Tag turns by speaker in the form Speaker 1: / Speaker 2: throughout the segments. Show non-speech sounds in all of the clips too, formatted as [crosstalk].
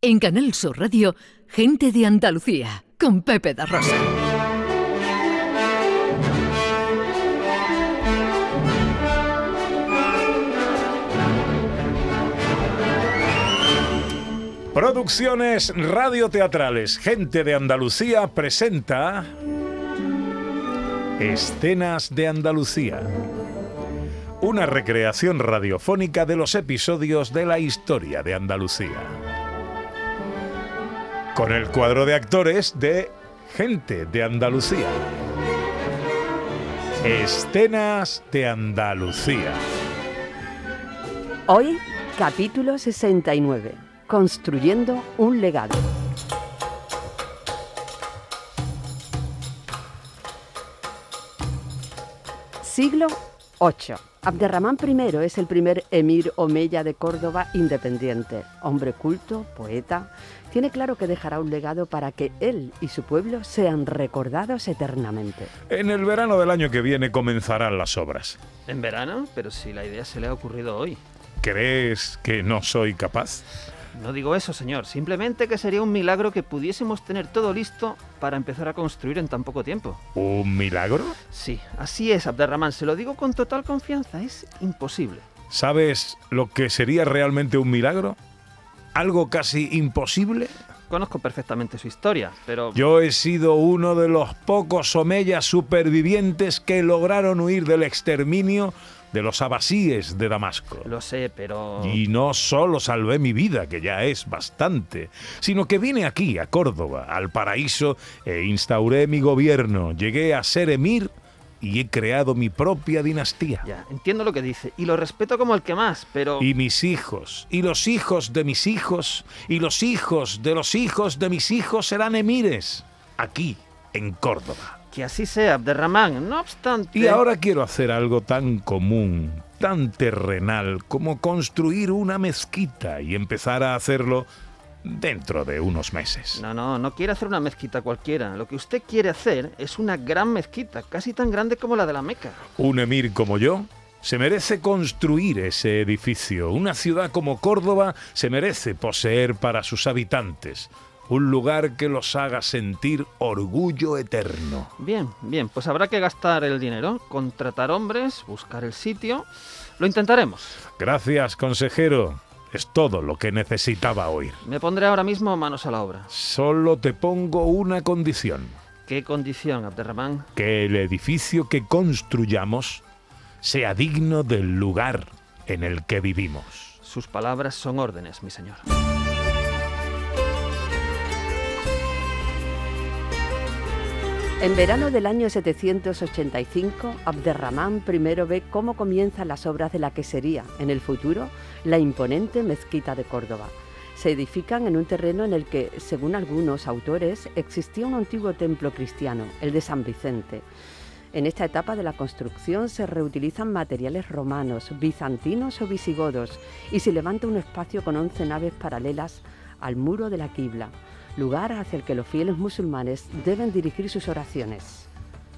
Speaker 1: En Canal Sur Radio, Gente de Andalucía, con Pepe da Rosa.
Speaker 2: Producciones radioteatrales Gente de Andalucía presenta Escenas de Andalucía. Una recreación radiofónica de los episodios de la historia de Andalucía con el cuadro de actores de Gente de Andalucía. Escenas de Andalucía.
Speaker 3: Hoy, capítulo 69. Construyendo un legado. Siglo VIII. Abderramán I es el primer emir omeya de Córdoba independiente, hombre culto, poeta, tiene claro que dejará un legado para que él y su pueblo sean recordados eternamente.
Speaker 2: En el verano del año que viene comenzarán las obras.
Speaker 4: ¿En verano? Pero si la idea se le ha ocurrido hoy.
Speaker 2: ¿Crees que no soy capaz?
Speaker 4: No digo eso, señor. Simplemente que sería un milagro que pudiésemos tener todo listo para empezar a construir en tan poco tiempo.
Speaker 2: ¿Un milagro?
Speaker 4: Sí, así es, Abderramán. Se lo digo con total confianza. Es imposible.
Speaker 2: ¿Sabes lo que sería realmente un milagro? algo casi imposible?
Speaker 4: Conozco perfectamente su historia, pero...
Speaker 2: Yo he sido uno de los pocos omeyas supervivientes que lograron huir del exterminio de los abasíes de Damasco.
Speaker 4: Lo sé, pero...
Speaker 2: Y no solo salvé mi vida, que ya es bastante, sino que vine aquí, a Córdoba, al paraíso, e instauré mi gobierno. Llegué a ser emir y he creado mi propia dinastía.
Speaker 4: Ya, entiendo lo que dice y lo respeto como el que más, pero...
Speaker 2: Y mis hijos, y los hijos de mis hijos, y los hijos de los hijos de mis hijos serán emires, aquí, en Córdoba.
Speaker 4: Que así sea, Abderramán, no obstante...
Speaker 2: Y ahora quiero hacer algo tan común, tan terrenal, como construir una mezquita y empezar a hacerlo dentro de unos meses.
Speaker 4: No, no, no quiere hacer una mezquita cualquiera. Lo que usted quiere hacer es una gran mezquita, casi tan grande como la de la Meca.
Speaker 2: Un emir como yo se merece construir ese edificio. Una ciudad como Córdoba se merece poseer para sus habitantes. Un lugar que los haga sentir orgullo eterno.
Speaker 4: Bien, bien, pues habrá que gastar el dinero, contratar hombres, buscar el sitio. Lo intentaremos.
Speaker 2: Gracias, consejero. Es todo lo que necesitaba oír.
Speaker 4: Me pondré ahora mismo manos a la obra.
Speaker 2: Solo te pongo una condición.
Speaker 4: ¿Qué condición, Abderramán?
Speaker 2: Que el edificio que construyamos sea digno del lugar en el que vivimos.
Speaker 4: Sus palabras son órdenes, mi señor.
Speaker 3: En verano del año 785, Abderramán I ve cómo comienzan las obras de la que sería, en el futuro, la imponente mezquita de Córdoba. Se edifican en un terreno en el que, según algunos autores, existía un antiguo templo cristiano, el de San Vicente. En esta etapa de la construcción se reutilizan materiales romanos, bizantinos o visigodos y se levanta un espacio con 11 naves paralelas al muro de la Quibla lugar hacia el que los fieles musulmanes deben dirigir sus oraciones.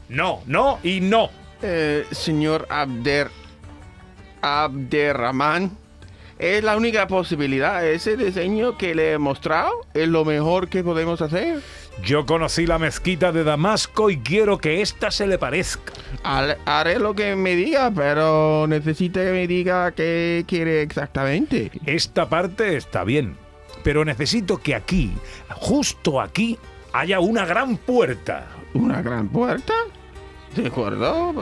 Speaker 2: No, no y no.
Speaker 5: Eh, señor Abder. Abderrahman, es la única posibilidad. Ese diseño que le he mostrado es lo mejor que podemos hacer.
Speaker 2: Yo conocí la mezquita de Damasco y quiero que ésta se le parezca.
Speaker 5: Al, haré lo que me diga, pero necesita que me diga qué quiere exactamente.
Speaker 2: Esta parte está bien, pero necesito que aquí, justo aquí, haya una gran puerta.
Speaker 5: ¿Una gran puerta? De acuerdo,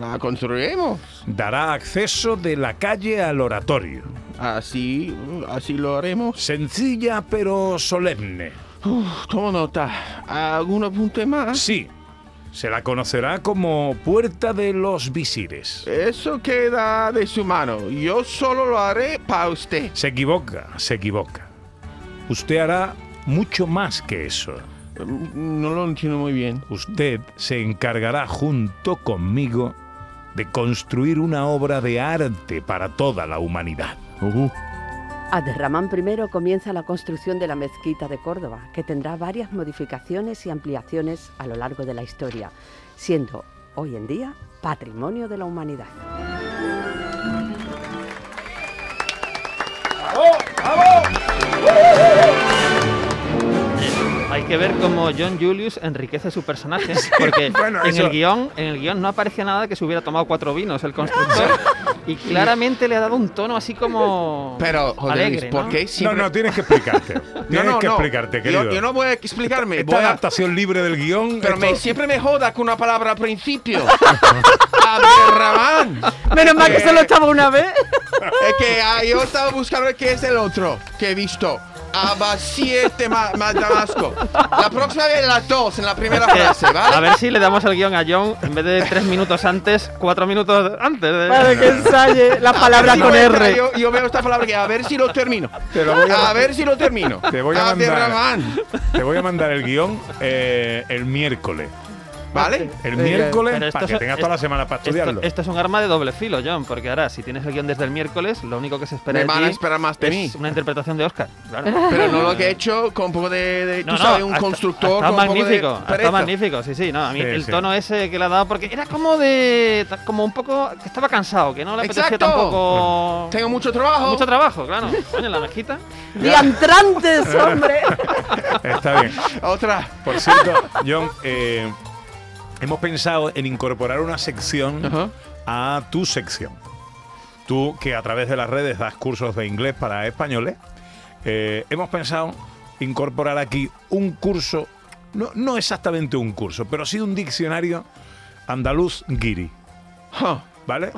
Speaker 5: la construiremos.
Speaker 2: Dará acceso de la calle al oratorio.
Speaker 5: Así, así lo haremos.
Speaker 2: Sencilla pero solemne.
Speaker 5: Uf, tomo nota. ¿Algún apunte más?
Speaker 2: Sí. Se la conocerá como Puerta de los Visires.
Speaker 5: Eso queda de su mano. Yo solo lo haré para usted.
Speaker 2: Se equivoca, se equivoca usted hará mucho más que eso.
Speaker 5: No lo entiendo muy bien.
Speaker 2: Usted se encargará junto conmigo de construir una obra de arte para toda la humanidad. Uh -huh.
Speaker 3: Aderramán I comienza la construcción de la mezquita de Córdoba, que tendrá varias modificaciones y ampliaciones a lo largo de la historia, siendo hoy en día patrimonio de la humanidad.
Speaker 2: ¡Bravo! ¡Bravo!
Speaker 4: que ver cómo John Julius enriquece
Speaker 3: [laughs]
Speaker 4: su personaje, porque
Speaker 2: bueno,
Speaker 4: en,
Speaker 2: eso-
Speaker 4: el guión, en el guión no aparece nada que se hubiera tomado cuatro vinos el
Speaker 3: [laughs]
Speaker 4: constructor, y claramente le ha dado un tono así como
Speaker 5: Pero, joder,
Speaker 4: alegre,
Speaker 5: ¿por
Speaker 4: ¿no?
Speaker 5: qué
Speaker 2: No,
Speaker 5: siempre-
Speaker 2: no, tienes que explicarte.
Speaker 5: [laughs]
Speaker 2: Tienes que explicarte,
Speaker 5: Yo-
Speaker 2: querido.
Speaker 5: Yo, no voy a explicarme.
Speaker 2: Esta
Speaker 5: voy a-
Speaker 2: adaptación libre del guión.
Speaker 5: pero me-
Speaker 2: esto-
Speaker 5: siempre me joda con una palabra
Speaker 2: [laughs]
Speaker 5: al principio. Abderramán.
Speaker 3: Menos mal que solo estaba una vez.
Speaker 5: Es que ah, yo estaba buscando qué es el otro que he visto. Abasiete de Damasco. La próxima vez las dos en
Speaker 4: [laughs]
Speaker 5: la primera
Speaker 4: Eh,
Speaker 5: frase, ¿vale?
Speaker 4: A ver si le damos el guión a John en vez de tres minutos antes, cuatro minutos antes. de-
Speaker 3: Para que ensaye la [laughs] palabra
Speaker 5: Si
Speaker 3: con
Speaker 5: voy a entrar,
Speaker 3: R.
Speaker 5: Yo, yo veo esta palabra que a ver si lo termino.
Speaker 2: Te lo voy a-
Speaker 5: a, ver si lo termino.
Speaker 2: [laughs]
Speaker 5: Ah,
Speaker 2: Te voy a mandar.
Speaker 5: Abderramán,
Speaker 2: Te voy a mandar el guión eh, el miércoles.
Speaker 5: ¿Vale?
Speaker 2: El
Speaker 3: Venga.
Speaker 4: Pero
Speaker 2: miércoles
Speaker 4: esto
Speaker 2: para que
Speaker 4: es-
Speaker 2: tengas toda la semana para
Speaker 4: esto-
Speaker 2: estudiarlo.
Speaker 4: Esto, es un arma de doble filo, John, porque ahora si tienes el guión desde el miércoles, lo único que se espera
Speaker 5: Me
Speaker 4: de
Speaker 5: van a
Speaker 4: ti
Speaker 5: esperar más de
Speaker 4: es
Speaker 5: mí.
Speaker 4: una interpretación de Oscar. claro.
Speaker 5: Pero no lo que he hecho con un poco de, de- tú
Speaker 4: No, no,
Speaker 5: sabes, un
Speaker 4: hasta-
Speaker 5: constructor.
Speaker 4: hasta
Speaker 5: con un poco de
Speaker 4: magnífico, hasta
Speaker 5: pereza.
Speaker 4: magnífico, sí, sí. No, a mí
Speaker 2: Sí,
Speaker 4: el
Speaker 2: sí.
Speaker 4: tono ese que le ha dado, porque era como de. como un poco. que estaba cansado, que no le apetecía
Speaker 5: Exacto.
Speaker 4: tampoco.
Speaker 5: Tengo mucho trabajo.
Speaker 4: mucho trabajo, claro. Coño, la mezquita.
Speaker 2: [laughs]
Speaker 3: Diantrantes, hombre.
Speaker 2: Está bien.
Speaker 5: Otra.
Speaker 2: Por cierto, John, eh, hemos pensado en incorporar una sección
Speaker 5: Ajá.
Speaker 2: a tu sección. Tú que a través de las redes das cursos de inglés para españoles, eh, hemos pensado incorporar aquí un curso, no, no exactamente un curso, pero sí un diccionario andaluz guiri,
Speaker 5: Huh.
Speaker 2: ¿vale?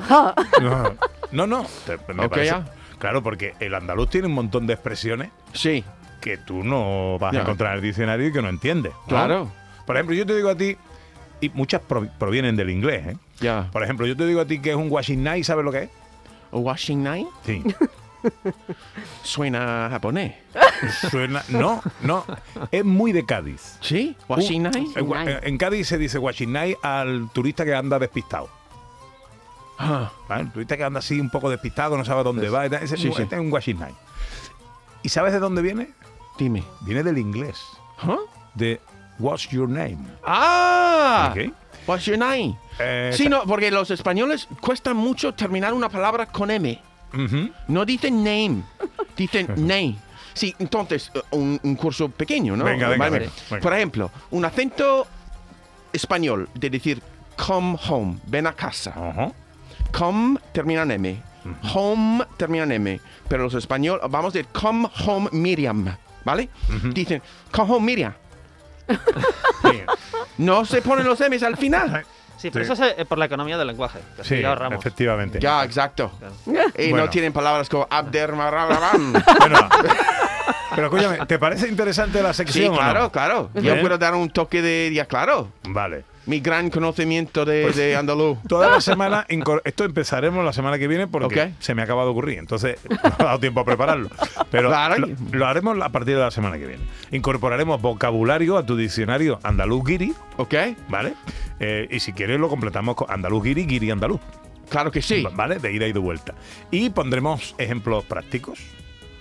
Speaker 2: No, no, no, te- me
Speaker 5: Ok,
Speaker 2: parece-
Speaker 5: ya.
Speaker 2: Claro, porque el andaluz tiene un montón de expresiones
Speaker 5: Sí,
Speaker 2: que tú no vas
Speaker 5: Ya.
Speaker 2: a encontrar en el diccionario y que no entiendes. ¿no?
Speaker 5: claro.
Speaker 2: Por ejemplo, yo te digo a ti, y muchas pro- provienen del inglés, ¿eh?
Speaker 5: Ya.
Speaker 2: Por ejemplo, yo te digo a ti que es un washing night, ¿sabes lo que es?
Speaker 5: Washing Night
Speaker 2: Sí.
Speaker 5: suena a japonés.
Speaker 2: [laughs] Suena- no, no. Es muy de Cádiz.
Speaker 5: Sí,
Speaker 2: Uh,
Speaker 5: Washing Night.
Speaker 2: En, Gua- en Cádiz se dice guachinay al turista que anda despistado.
Speaker 5: Ah,
Speaker 2: ¿vale? El turista que anda así un poco despistado, no sabe dónde va. y tal. Ese,
Speaker 5: Sí, sí.
Speaker 2: este es un guachinay. ¿Y sabes de dónde viene?
Speaker 5: dime.
Speaker 2: Viene del inglés.
Speaker 5: Huh?
Speaker 2: De What's Your Name.
Speaker 5: Ah,
Speaker 2: Ok.
Speaker 5: Washing Night.
Speaker 2: Eh,
Speaker 5: Sí, no, porque los españoles cuesta mucho terminar una palabra con M.
Speaker 2: ujú.
Speaker 5: No dicen name, dicen name. Sí, entonces, eh, un, un curso pequeño, ¿no?
Speaker 2: Venga, venga,
Speaker 5: Vale.
Speaker 2: venga, venga.
Speaker 5: Por ejemplo, un acento español de decir come home, ven a casa.
Speaker 2: Ajá.
Speaker 5: Come termina en M. Home termina en M. Pero los españoles, vamos a decir come home Miriam, ¿vale? Dicen come home Miriam.
Speaker 2: Sí,
Speaker 5: No se ponen los M's al
Speaker 2: [laughs]
Speaker 5: final.
Speaker 4: Sí, pero
Speaker 2: Sí.
Speaker 4: eso es eh, por la economía de lenguaje. Que así
Speaker 2: sí,
Speaker 4: ya ahorramos.
Speaker 2: efectivamente.
Speaker 5: Ya, exacto. Y
Speaker 2: Bueno.
Speaker 5: no tienen
Speaker 2: [laughs]
Speaker 5: palabras como abdermarabam.
Speaker 2: Bueno, [laughs] pero escúchame, ¿te parece interesante la
Speaker 5: Sí,
Speaker 2: sección? o no?
Speaker 5: claro, claro. Yo
Speaker 2: Bien.
Speaker 5: puedo dar un toque de... Ya, claro.
Speaker 2: Vale.
Speaker 5: Mi gran conocimiento de,
Speaker 2: Pues
Speaker 5: de andaluz.
Speaker 2: Toda la semana, incor- esto empezaremos la semana que viene porque
Speaker 5: Ok.
Speaker 2: se me ha acabado de ocurrir, entonces [laughs] no ha dado tiempo a prepararlo. Pero
Speaker 5: Claro.
Speaker 2: lo, lo haremos a partir de la semana que viene. Incorporaremos vocabulario a tu diccionario andaluz guiri,
Speaker 5: ¿Ok?
Speaker 2: ¿vale? Eh, y si quieres lo completamos con andaluz guiri, guiri andaluz,
Speaker 5: Claro que sí.
Speaker 2: ¿vale? De ida y de vuelta. Y pondremos ejemplos prácticos.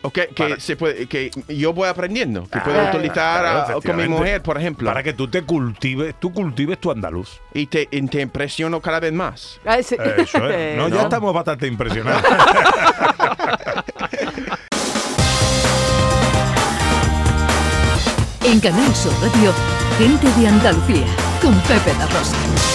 Speaker 5: Ok, que,
Speaker 2: Para-
Speaker 5: se puede, que yo voy aprendiendo. Que
Speaker 2: Ah,
Speaker 5: puedo utilizar
Speaker 2: claro,
Speaker 5: a- con mi
Speaker 2: efectivamente.
Speaker 5: mujer, por ejemplo.
Speaker 2: Para que tú te cultives, tú cultives tu
Speaker 5: [laughs]
Speaker 2: andaluz.
Speaker 5: Y te, y te impresiono cada vez más.
Speaker 3: Ay, sí.
Speaker 2: Eso es. No, ya
Speaker 5: ¿No?
Speaker 2: estamos bastante
Speaker 5: [laughs]
Speaker 2: impresionados.
Speaker 1: En Canal Sur Radio, gente de Andalucía, con Pepe da Rosa.